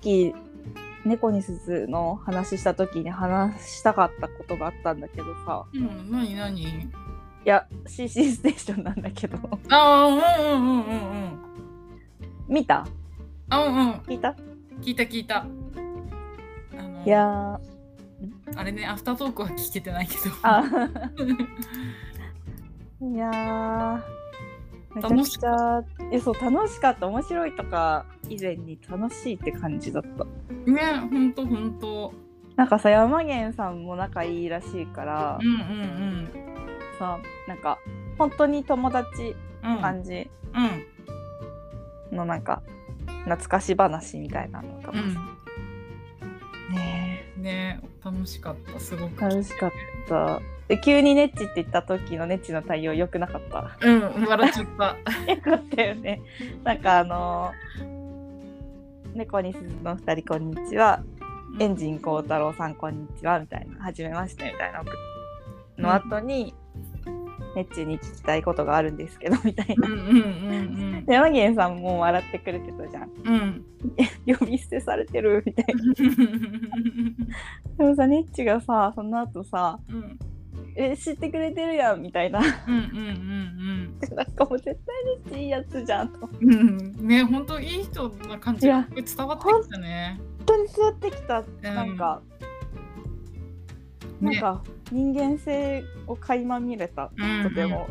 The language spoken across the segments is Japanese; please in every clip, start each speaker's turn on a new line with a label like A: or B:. A: き猫に鈴の話した時に話したかったことがあったんだけどさ
B: うん、なになに
A: いや CC ステーションなんだけど
B: ああ、うんうんうんうんうん。
A: 見た
B: あ、うんうん。
A: 聞いた
B: 聞いた聞いた。あの
A: いやー
B: あれね、アフタートークは聞けてないけど。
A: あいやーめちゃくちゃえそう楽しかった面白いとか以前に楽しいって感じだった
B: ね、ほんとほんと。
A: なんかさ山源さんも仲いいらしいから、
B: うんうん
A: さなんか本当に友達
B: うん。うん。
A: 感じ
B: うん。
A: のなんか懐かし話みたいなのとか
B: う
A: さ、
B: ん。
A: ね
B: ね、楽しかった、すごく。
A: 楽しかったで急にネッチって言った時のネッチの対応良くなかった
B: うん、笑っちゃった。
A: よかったよねなんかあの猫に鈴の2人こんにちはエンジン幸太郎さんこんにちはみたいなはじめましてみたいな送っの後に、ネッチに聞きたいことがあるんですけどみたい
B: うん
A: な、
B: うんうん
A: で山源さんも笑ってくれてたじゃん
B: うん。うん。
A: 呼び捨てされてるみたいなでもさネッチがさその後さ
B: うん
A: 「え知ってくれてるやん」みた いな
B: うんうん
A: なんかもう絶対ネッチいいやつじゃんと
B: うんうん。ね、本当いい人な感じが伝わってきたね。
A: 本当に座ってきた
B: う
A: なんか、
B: ね
A: なんか人間性を垣間見れた
B: うん
A: とても、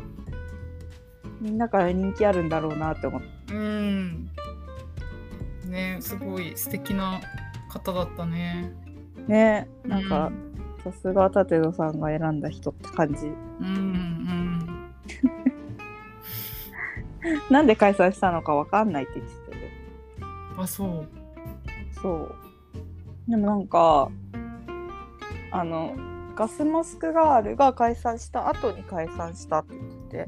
A: みんなから人気あるんだろうなって思って
B: うん。ね、すごい素敵な方だったね。
A: ねなんか、さすが舘野さんが選んだ人って感じ
B: うんうん
A: なんで解散したのかわかんないって言ってたよ
B: うん。あ、そう。
A: そうでもなんかあのガスマスクガールが解散した後に解散したって言ってて、
B: へ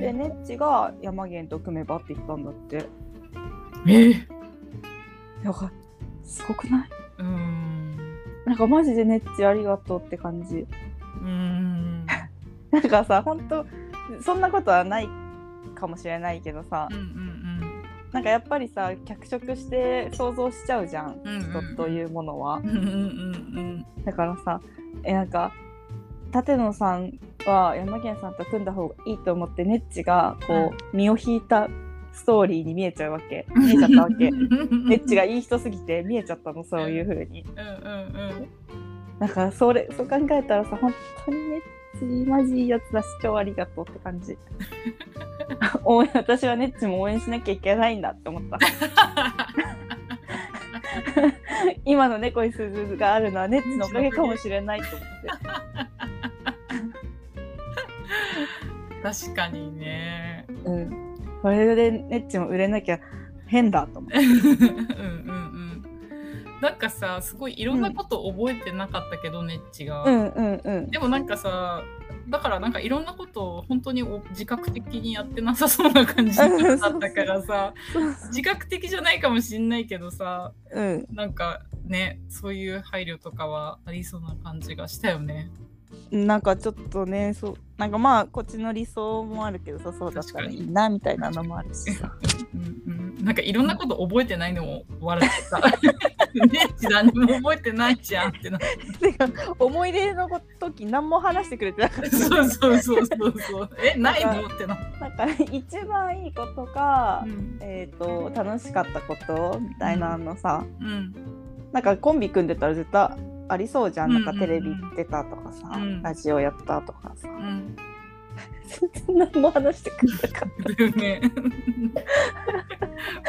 A: で
B: え。
A: ネッチが山源と組めばって言ったんだって
B: ええ。
A: やばいすごくない
B: うん。
A: なんかマジでネッチありがとうって感じ
B: うん。
A: なんかさほんとそんなことはないかもしれないけどさ、
B: うん
A: なんかやっぱりさ脚色して想像しちゃうじゃん
B: うんうん
A: 人というものは
B: うんうん。うんうん
A: だからさえなんか舘野さんは山源さんと組んだ方がいいと思ってネッチがこう身を引いたストーリーに見えちゃうわ け
B: うん。
A: 見えちゃったわけネ
B: ネ
A: ッチがいい人すぎて見えちゃったのそういう風に
B: うんうん
A: だからそれそう考えたらさ本当にネッチマジいいやつだし超ありがとうって感 じ応援私はネッチも応援しなきゃいけないんだって思 った今の猫に鈴があるのはネッチのおかげかもしれないと思って
B: うん。確かにね。
A: うん、これでネッチも売れなきゃ変だと思
B: うんうんうん。なんかさ、すごいいろんなこと覚えてなかったけど、ネッチが。
A: う。うんうんうん。
B: でもなんかさだからなんかいろんなことを本当にお自覚的にやってなさそうな感じだったからさ自覚的じゃないかもしんないけどさ
A: うん、
B: なんかねそういう配慮とかはありそうな感じがしたよね。
A: なんかちょっとねそうなんかまあこっちの理想もあるけどさそうだったらいいなみたいなのもあるしさ
B: うんうん、なんかいろんなこと覚えてないのも笑ってた。 ね何も覚えてないじゃんってなって。
A: てか思い出の時何も話してくれてなかっ
B: そうそうそうそうそう。えないのってなって。
A: た なんか一番いいことか、
B: うん
A: えー、と楽しかったことみたいなのさ、
B: うん
A: なんかコンビ組んでたら絶対ありそうじゃん,、な
B: うんん
A: か
B: うんう
A: テレ
B: ん
A: ビ出たとかさ、
B: うん
A: ラジオやったとかさ、
B: うん。
A: 全然何も話してくれなかった
B: だよね。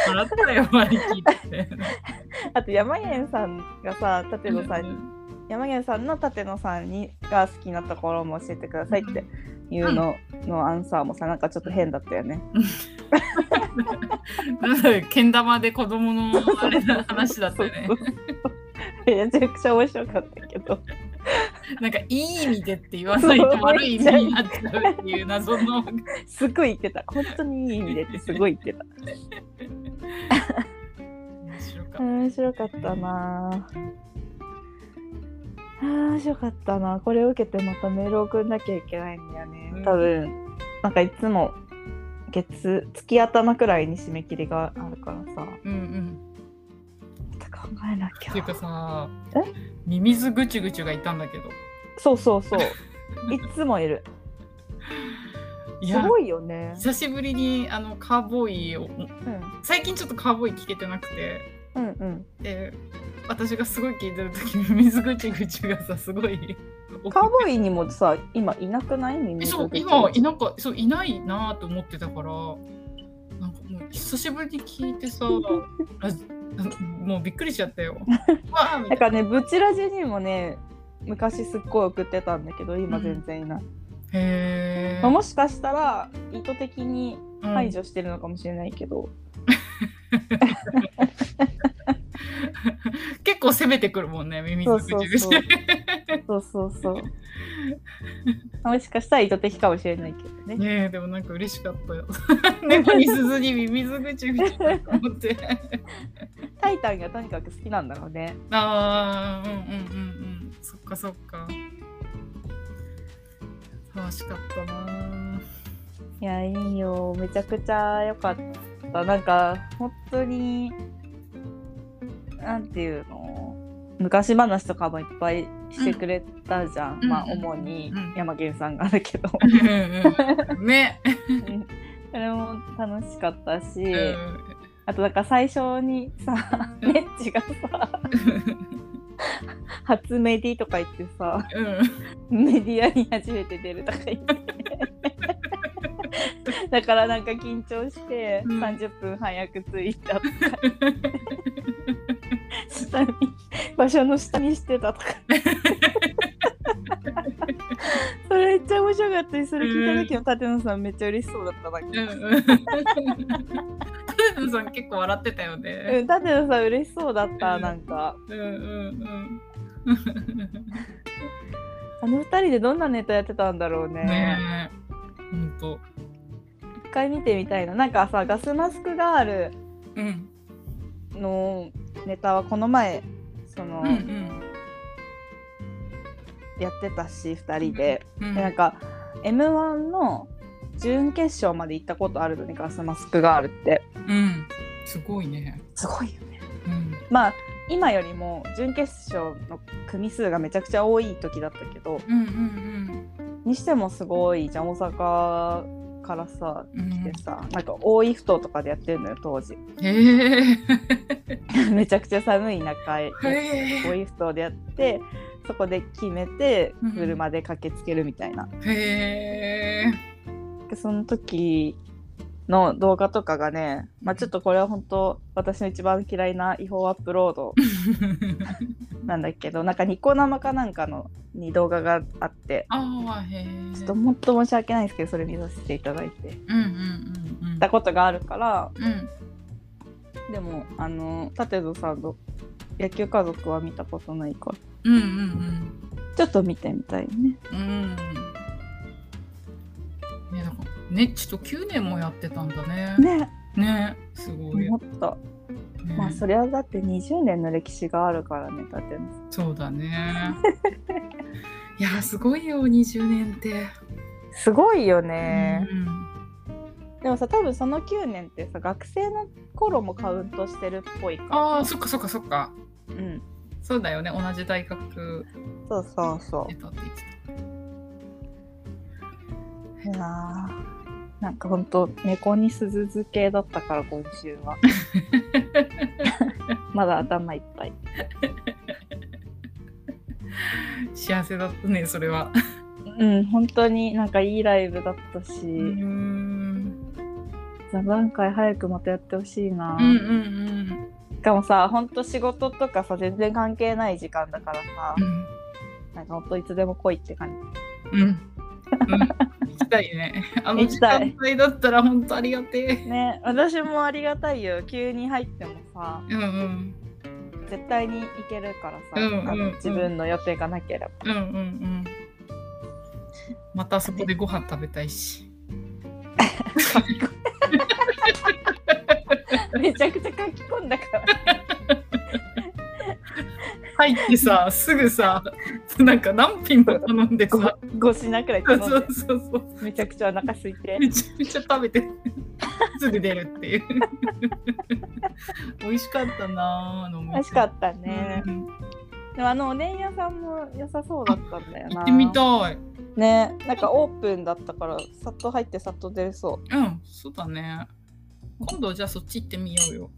B: 笑ったよ割り切って。
A: あと山源さんがさ舘野さんに、山源さんの舘野さんにが好きなところも教えてくださいっていうの、のアンサーもさなんかちょっと変だったよね。
B: なんだよ けん玉で子供のあれの話だったよね
A: そう。めちゃくちゃ面白かったけど
B: なんかいい意味でって言わないと悪い意味になっちゃうっていう謎の。
A: すごい言ってた本当にいい意味でってすごい言ってた。
B: 面白かっ
A: 面白かったなぁあー面白かったなこれを受けてまたメール送んなきゃいけないんだよね
B: うん
A: 多分なんかいつも月月頭くらいに締め切りがあるからさ、
B: た。うん
A: 考えなきゃ
B: ていうかさ
A: え
B: ミミズグチュグチュがいたんだけど
A: そうそうそう いつもいる
B: い
A: す
B: や
A: ごいよね、
B: 久しぶりにあのカーボーイを
A: うん、
B: 最近ちょっとカーボーイ聞けてなくて
A: うんうん
B: で私がすごい聞いてる時 ミミズグチュグチュがさすごい
A: カーボーイにもさ今いなくないミミ
B: え
A: ズ
B: そう
A: グチ
B: 今いなんかそういないなと思ってたからなんかもう久しぶりに聞いて さラジもうびっくりしちゃったよ。わあみた
A: ないんかねブチラジにもね昔すっごい送ってたんだけど今全然いない、
B: なへ
A: まあ、もしかしたら意図的に
B: え、
A: 排除してるのかもしれないけど、
B: うん結構攻めてくるもんね耳
A: そう
B: の
A: そう
B: 口
A: そう
B: 々
A: そうそう そうもしかしたら意図的かもしれないけどね
B: ねえでもなんか嬉しかったよ 猫に鈴に耳ず口々だと思って
A: タイタンがとにかく好きなんだろうね
B: ああうんうんうんうんそっかそっか楽しかったない
A: やいいよめちゃくちゃ良かったなんか本当になんていうの昔話とかもいっぱいしてくれたじゃん、
B: うん
A: まあ
B: うんうん
A: 主に
B: うん
A: 山源さんがだけ ど
B: うんうんね、
A: うんそれも楽しかったし、
B: うん
A: あとなんか最初にさ
B: うん
A: ネッチがさ初メディとか言ってさ
B: うん
A: メディアに初めて出るとか言って てだからなんか緊張して
B: うん
A: 30分早く着いたとか、下見場所の下にしてたとか それめっちゃ面白かったしそれ聞いた時の舘野さんめっちゃ嬉しそうだったなんか
B: うん うんタネさん結構笑ってたよ
A: う
B: ね。
A: ん、舘野さん嬉しそうだった
B: うん
A: なんか
B: うんうん
A: あの二人でどんなネタやってたんだろう
B: う
A: ね
B: ん。ねえ。ほんと。
A: 一回見てみたいななんかさガスマスクガール
B: うん。
A: のネタはこの前その、
B: うんうん。
A: やってたし2人で,、
B: うん
A: でなんか m 1の準決勝まで行ったことあるのにガスマスクガールって
B: うん。すごいね。
A: すごいよね
B: うん。
A: まあ今よりも準決勝の組数がめちゃくちゃ多い時だったけど
B: うんうん
A: にしてもすごいじゃん大阪からさ
B: うん。
A: 来てさ、なんか大井ふ頭とかでやってるのよ当時
B: へえ。
A: めちゃくちゃ寒い中へ
B: へ
A: オイフトでやってそこで決めて
B: うん
A: 車で駆けつけるみたいな、
B: え。へえ。
A: でその時の動画とかがね、まあ、ちょっとこれは本当私の一番嫌いな違法アップロードなんだけどなんかニコ生かなんかのに動画があって
B: ああ、へえ。
A: ちょっと本当申し訳ないんですけどそれ見させていただいて
B: うんうんうんうん。
A: たことがあるから
B: うん。
A: でもあの舘野さんの野球家族は見たことないから
B: うんうんうん。
A: ちょっと見てみたいね。
B: うん。ね、だから、ネッチと9年もやってたんだね。ね、
A: ね
B: すごい。ね
A: 思った。まあそれはだって20年の歴史があるからねだって
B: そうだね。 いや、すごいよ、20年って。
A: すごいよね、
B: うん
A: でもさ多分その9年ってさ学生の頃もカウントしてるっぽいか
B: ああ、そっかそっかそっか。
A: うん
B: そうだよね、同じ大学
A: そうそうそ
B: 出たって言って
A: ういやーなんかほんと猫に鈴漬けだったから今週はまだ頭いっぱい
B: た。幸せだったね、それは。
A: うん本当になんかいいライブだったし、
B: うん。
A: 座談会早くまたやってほしいな、
B: うんうん
A: しかもさほんと仕事とかさ全然関係ない時間だからさ、
B: うん。
A: なんかほんといつでも来いって感じ
B: うん。うん。行きたいね。あの
A: 行き
B: 時
A: たい
B: 間帯だったら本当ありがてえ。
A: ね私もありがたいよ急に入ってもさ
B: うんうん。
A: 絶対に行けるからさ、
B: うん
A: あ
B: うんう
A: の
B: ん
A: 自分の予定がなければ
B: うんうんうん。またそこでご飯食べたいし。
A: めちゃくちゃ書き込んだから
B: 入ってさ、すぐさ、なんか何品も頼んでさ、
A: 5品くらい
B: そ
A: 頼
B: うんそう
A: で
B: そうそう、
A: めちゃくちゃお腹空いて
B: めちゃめちゃ食べて。すぐ出るって いう美味しかったなぁ飲み
A: 美味しかったね、
B: うん
A: でもあのおでん屋さんも良さそうだったんだよな
B: 行ってみたい
A: ねなんかオープンだったからさっと入ってさっと出れそ
B: うんそうだね今度じゃあそっち行ってみようよ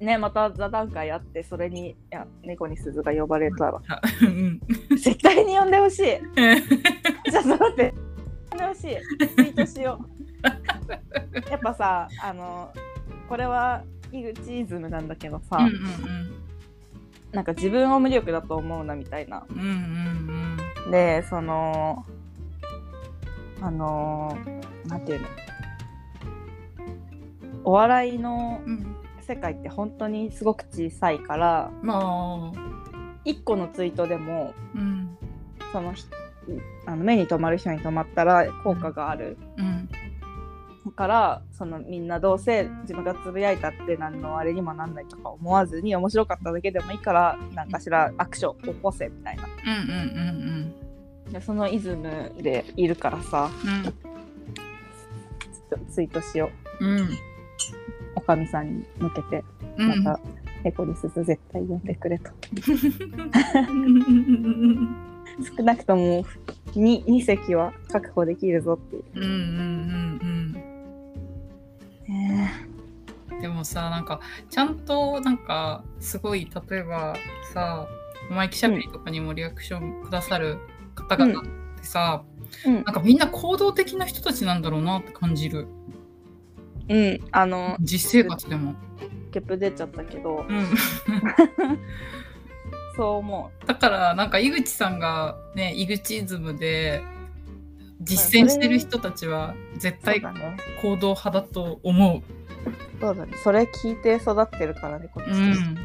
A: うねまた座談会あってそれにいや猫に鈴が呼ばれた ら
B: あうん
A: 絶対に呼んでほしい じゃあ、待って。呼んでほしい。ツイートしよ う。やっぱさ、あの、これは井口イズムなんだけどさ、
B: うんうん
A: なんか自分を無力だと思うなみたいな。
B: うんうんうん
A: で、その、あの、なんていうの。お笑いの
B: うんうん
A: 世界って本当にすごく小さいから
B: まあ
A: 1個のツイートでも
B: うん
A: そのひあの目に留まる人に留まったら効果がある
B: うん
A: からそのみんなどうせ自分がつぶやいたって何のあれにもなんないとか思わずに面白かっただけでもいいから何かしらアクション起こせみたいな
B: うんうんうん
A: でそのイズムでいるからさちょっとツイートしよ
B: うんうん
A: うおかみさんに向けて
B: う
A: ま
B: ん
A: た「猫に鈴絶対呼んでくれと」
B: うん
A: 少なくとも 2, 2席は確保できるぞっていう、
B: うんうんうん
A: ね
B: うんでもさなんかちゃんとなんかすごい例えばさマイキしゃべりとかにもリアクションくださる方々ってさ、
A: うん
B: なんかみんな行動的な人たちなんだろうなって感じる
A: うんあの
B: 実生活でも、
A: ゲップ出ちゃったけど
B: うん、
A: そう思
B: だからなんか井口さんがね井口イズムで実践してる人たちは絶
A: うそう
B: 対
A: だね
B: 行動派だと思う。
A: そうだねそれ聞いて育ってるからねこっち、
B: うん、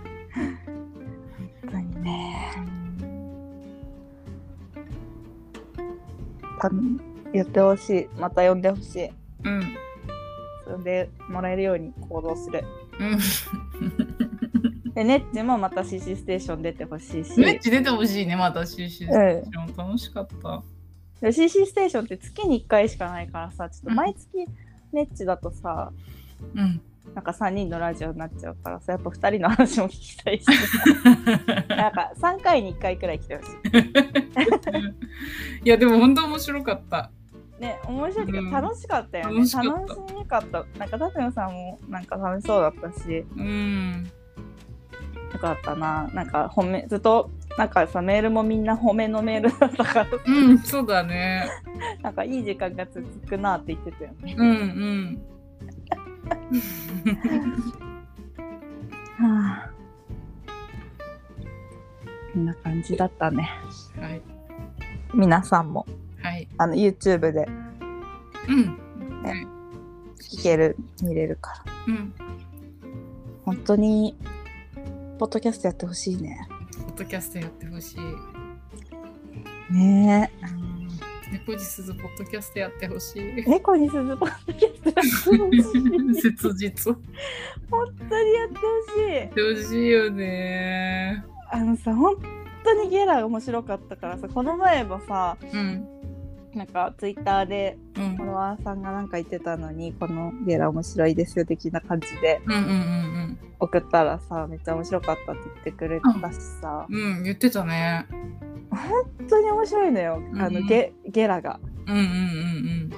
A: 本当にねたやってほしいまた呼んでほしい
B: うん
A: 呼んでもらえるように行動する
B: うん
A: でネッチもまた CC ステーション出てほしいし
B: めっちゃ出てほしいねまた収集
A: え
B: 楽しかった。
A: で CC ステーションって月に1回しかないからさちょっと毎月ネッチだとさ、
B: うん。
A: なんか3人のラジオになっちゃうからさやっぱ2人の話も聞きたいしなんか3回に1回くらい来てほし
B: いやでも本当面白かった。
A: いね面白いけ
B: う
A: ど
B: ん
A: 楽しかったよね、
B: 楽
A: 楽
B: し
A: し
B: かった
A: みかったなんか舘野さんもなんか楽しそうだったし
B: うん。
A: よかったな。なんか褒め、ずっと、なんかさ、メールもみんな褒めのメールだったから、
B: うんそうだね。
A: なんかいい時間が続くなって言ってたよね。
B: うんうん。
A: はあこんな感じだったね。
B: はい
A: 皆さんも、
B: はい。
A: あの、YouTube で
B: うん。
A: ね聞ける、見れるから。
B: うん。
A: 本当に、ポッドキャストやってほしいね。
B: ポッドキャストやってほしい。
A: ね
B: 猫じすずポッドキャストやってほしい
A: え。。猫に鈴ポッドキャストやってほしい。
B: 切実。
A: 本当にやってほしい。
B: 楽しいよね。
A: あのさ、本当にゲラ面白かったからさ、この前もさ、
B: うん。
A: なんかツイッターで
B: うん
A: フォ。ロワーさんがなんか言ってたのにこのゲラ面白いですよ的な感じで
B: うんうん
A: 送ったらさめっちゃ面白かったって言ってくれたしさ
B: うんうん。うん、言ってたね。
A: 本当に面白いのよあの、
B: うん
A: ゲゲラが。
B: うんうん
A: ね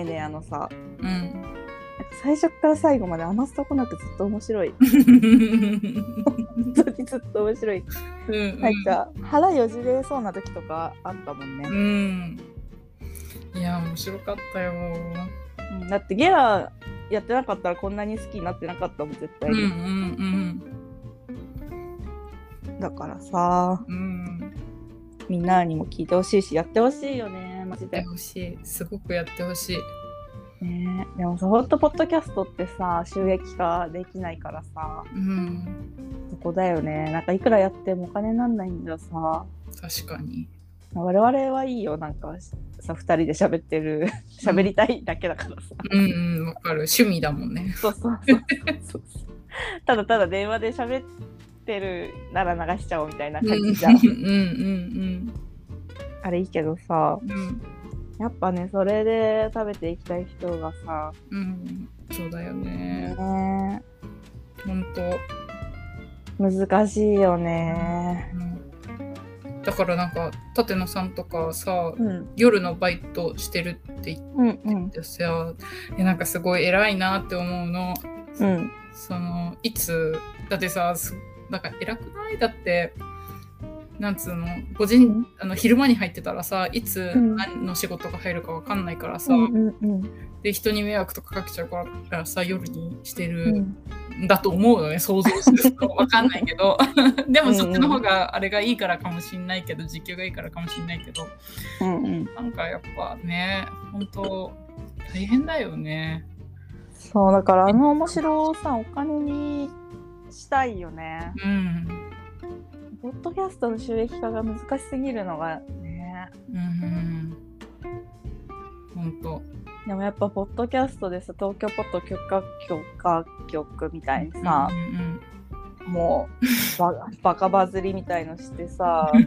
A: えねえあのさ
B: うんうん。
A: 最初から最後まで余すとこなくずっと面白い
B: うん。
A: 本当にずっと面白い
B: うん。
A: なんか腹よじれそうな時とかあったもんね
B: う、ん。いや、面白かったよ。
A: うんだってゲラやってなかったらこんなに好きになってなかったもん絶
B: う
A: 対
B: んう
A: に、
B: ん
A: だからさ
B: うん。うん。
A: みんなにも聞いてほしいしやってほしいよねマジ
B: やっ
A: で
B: て。ほしい。すごくやってほしい。
A: ねえでもさほんとポッドキャストってさ収益化できないからさ
B: うん。
A: そこだよねなんかいくらやってもお金なんないんだよさ
B: 確かに。
A: 我々はいいよなんかさ2人で喋ってる喋りたいだけだからさ、
B: うんうん、わかる。趣味だもんね。
A: そうそう そうそうただただ電話で喋ってるなら流しちゃおうみたいな
B: うん
A: 感
B: う
A: じ
B: ん
A: じゃん
B: うん
A: あれいいけどさ
B: うんうん。
A: やっぱねそれで食べていきたい人がさ、
B: うん、そうだよね。
A: ね
B: 本当、
A: 難しいよね。
B: うんだからなんか舘野さんとかさ、
A: うん
B: 夜のバイトしてるって言
A: うんうん
B: ってさ、いやなんかすごい偉いなって思うの。
A: うん
B: そのいつだってさすなんか偉くないだってなんつうの個
A: う
B: 人
A: ん
B: あの昼間に入ってたらさいつ
A: うん
B: 何の仕事が入るかわかんないからさ、
A: うんうん
B: で人に迷惑とかかけちゃうからさ夜にして
A: う
B: る
A: ん
B: んだと思うのね、想像してるとわかんないけど でも
A: うんうん
B: そっちの方があれがいいからかもしんないけど時給がいいからかもしんないけど
A: うんうん
B: なんかやっぱね本当大変だよね。
A: そうだからあの面白さお金にしたいよね。
B: うん、
A: ポッドキャストの収益化が難しすぎるのがね。
B: うん、本当
A: でもやっぱポッドキャストでさ東京ポッド許可許可局みたいにさ
B: う、ん
A: もうババカバズりみたいのしてさ
B: うん うん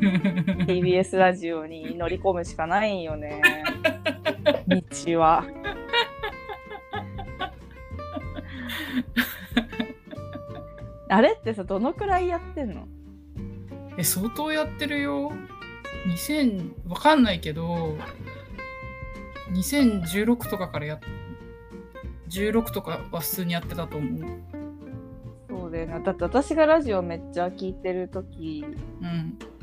A: TBS ラジオに乗り込むしかないよ ね道は。あれってさどのくらいやってんの
B: え相当やってるよ2000わかんないけど2016とかからやっ16とかは普通にやってたと思う
A: そうだよねだって私がラジオめっちゃ聞いてる時
B: う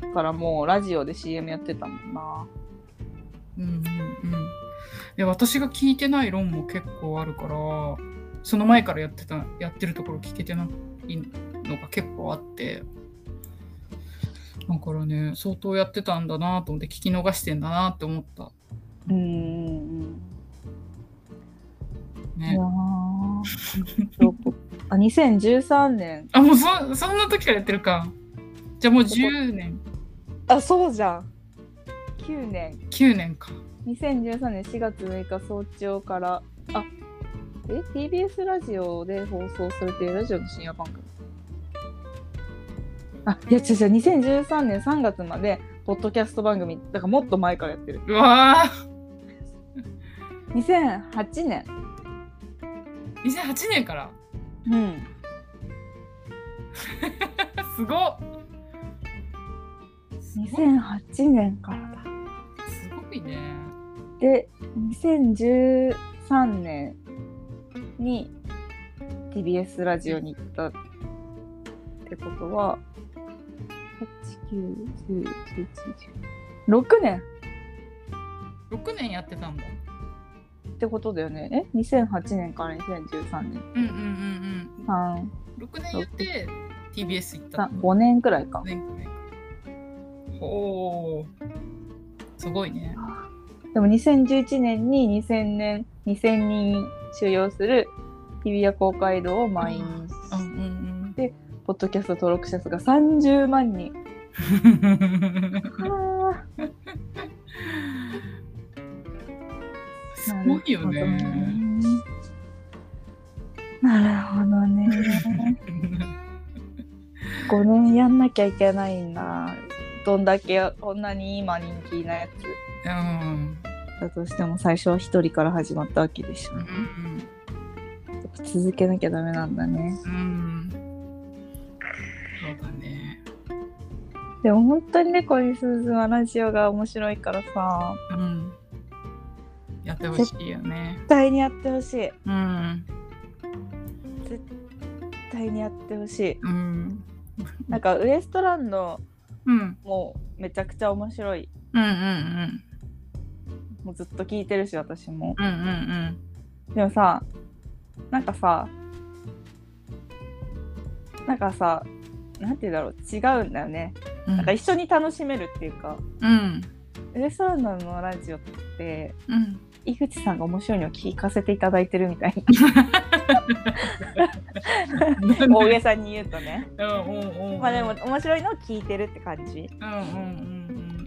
B: ん
A: からもうラジオで CM やってたもんな。
B: うんうんうんで私が聞いてない論も結構あるからその前からやってたやってるところ聞けてないのが結構あってだからね相当やってたんだなと思って聞き逃してんだなって思った
A: うーんい
B: ね
A: やー そうあ2013年
B: あ、もうそそんな時からやってるか。じゃあもう10年、
A: あそうじゃん9年
B: 9年か。
A: 2013年4月6日早朝からあえ TBS ラジオで放送されているラジオの深夜番組あいや違う違う2013年3月までポッドキャスト番組だからもっと前からやってる
B: うわぁ、
A: 2008年
B: 2008年から。
A: うん
B: すごっすごい
A: 2008年からだ
B: すごいね。
A: で2013年に TBS ラジオに行ったってことは8910116年
B: 6年やってたんだ。
A: ってことだよねえ2008年から2013年
B: うんうんうん
A: 三
B: うん。6年やって TBS 行った
A: 三
B: んだ。
A: 5年くらいか
B: 5年くらいか。ほー。すごいね。
A: でも2011年に2000年2000人収容する日比谷公会堂を満員にし
B: うんうん
A: ポッドキャスト登録者数が30万人
B: うん。
A: あー
B: すごいよ ね。
A: なるほどね。5年やんなきゃいけないんだ。どんだけこんなに今人気なやつ
B: うん。
A: だとしても最初は一人から始まったわけでしょ
B: う。ん
A: やっぱ続けなきゃダメなんだね。
B: うん。そうだね。
A: でも本当にね、こにすずはラジオが面白いからさ、
B: うん。やってほしいよね。
A: 絶対にやってほしい。絶
B: うん。
A: 対にやってほしい。
B: うん。
A: なんかウエストランド
B: うん。うん
A: もうめちゃくちゃ面白い。
B: うんうん。
A: もうずっと聞いてるし、私も。
B: うんうん
A: でもさなんかさなんかさなんて言うんだろう違うんだよね
B: うん。
A: なんか一緒に楽しめるっていうか、
B: うん。
A: ウエストランドのラジオって
B: うん。
A: 井口さんが面白いのを聞かせていただいてるみたい な大げさに言うとね
B: うんうんうん。
A: まあでも。面白いのを聞いてるって感じ
B: うんうん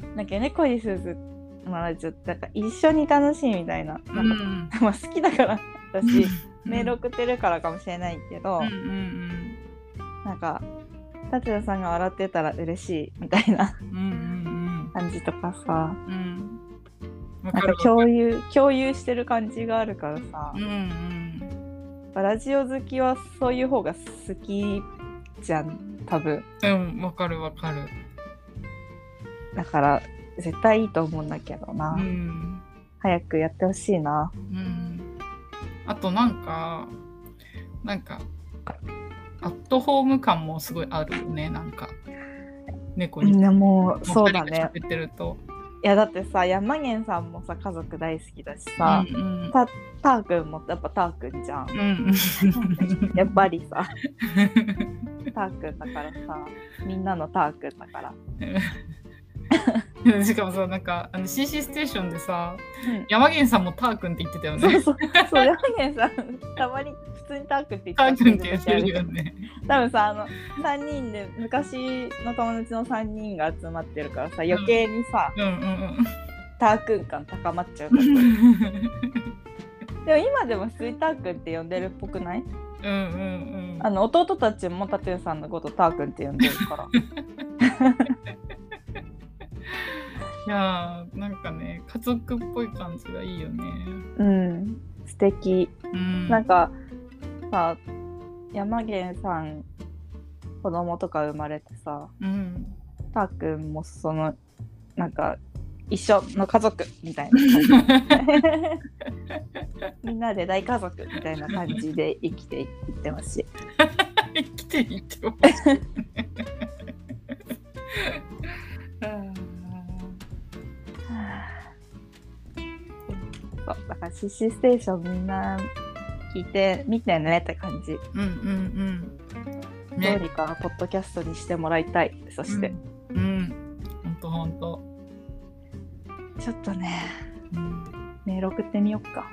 B: うん
A: だけどね恋すずのラジオってなんか一緒に楽しいみたいな
B: うん。
A: なんか、まあ好きだから私メール送ってるからかもしれないけど、
B: うんうん
A: なんか、達也さんが笑って たら嬉しいみたいな
B: うん。うんうん
A: 感じとかさ、
B: うん。うん。わ
A: な
B: か
A: んか
B: る
A: 共有共有してる感じがあるからさ
B: う、んうん
A: ラジオ好きはそういう方が好きじゃん多分
B: うんわかるわかる
A: だから絶対いいと思うんだけどな、
B: うん
A: 早くやってほしいな
B: うんあとなんかなんかアットホーム感もすごいあるよねなんか猫
A: み
B: に
A: んなもうそうだ
B: 二人
A: ね
B: が喋ってると
A: いやだってさ山源さんもさ家族大好きだしさ、
B: うんうん
A: ターくんもやっぱターくん じゃん
B: うん
A: やっぱりさターくんだからさみんなのターくんだ から、
B: しかもさなん かあの CC ステーションでさ
A: うん
B: 山源さんもターくんって言ってたよ
A: そう
B: ね。
A: そうそう山源さんたまに普通にターくんって
B: タ
A: 言っ
B: ー
A: て
B: くん
A: る
B: って言ってるよね。
A: 多分さあの3人で昔の友達の3人が集まってるからさ余計にさ、
B: うん
A: タークン感高まっちゃうか
B: うんうん。
A: らでも今でも普通にタークンって呼んでるっぽくない
B: うんうん
A: あの弟たちもタトゥーさんのことタークンって呼んでるから
B: うん。いやーなんかね家族っぽい感じがいいよね。
A: うん素敵
B: うん。
A: なんかさ山源さん子供とか生まれてさ
B: うん。
A: タークンもそのなんか一緒の家族み たいな感じみんなで大家族みたいな感じで生きていってますし
B: 生きていてほ しいねうん
A: そうだから CC ステーションみんな聞いて見てねって感じ、
B: うんうんうん。
A: どうにかポッドキャストにしてもらいたいそして、
B: うん。うん。ほんとほんと。
A: ちょっとね
B: うん。
A: メール送ってみよっか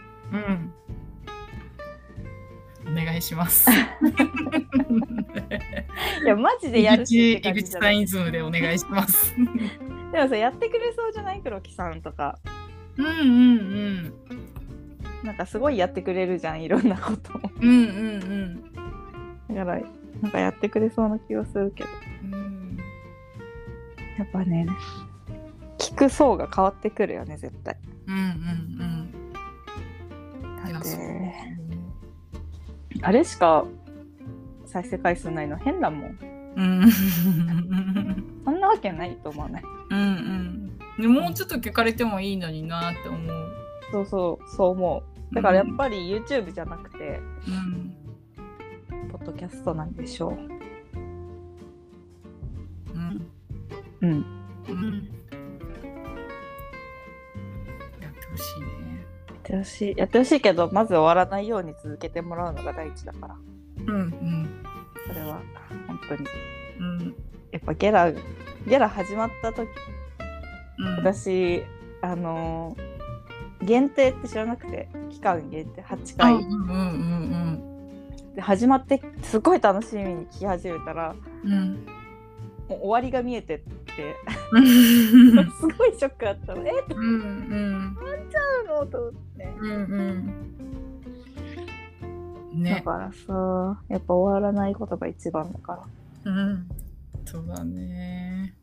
B: うんお願いします。
A: いやマ ジで
B: 井
A: やる
B: 口
A: って感
B: 井
A: じ
B: 口
A: じゃ
B: さ
A: ない
B: んイズムでお願いします。
A: でもさやってくれそうじゃない黒木さんとか
B: うんうん
A: なんかすごいやってくれるじゃんいろんなことを
B: うんうんうん
A: だからなんかやってくれそうな気がするけど
B: うん
A: やっぱね聞く層が変わってくるよね絶対
B: うんうんうん。い
A: だ
B: や
A: っ
B: そう
A: て
B: ね
A: あれしか再生回数ないの変だもん
B: うん
A: そんなわけないと思わない
B: うんうん。でもうちょっと聞かれてもいいのになって思う。
A: そうそうそう思うだからやっぱり YouTube じゃなくて、
B: うん
A: ポッドキャストなんでしょ
B: うん
A: ううん
B: うん。やってほしいね。
A: やってほしいやってほしいけどまず終わらないように続けてもらうのが第一だから
B: うんうん
A: それは本当に
B: うん
A: やっぱゲラゲラ始まった時
B: うん。
A: 私あのー限定って知らなくて期間限定8
B: あうん
A: 回
B: うんうん
A: で始まってすごい楽しみに聞き始めたら
B: うんうん。
A: もう終わりが見えてって
B: うん
A: すごいショックだったのえっ
B: うん
A: のと思って
B: うんうん。
A: だ
B: ね。
A: からさやっぱ終わらないことが一番だから
B: うん。そうだね。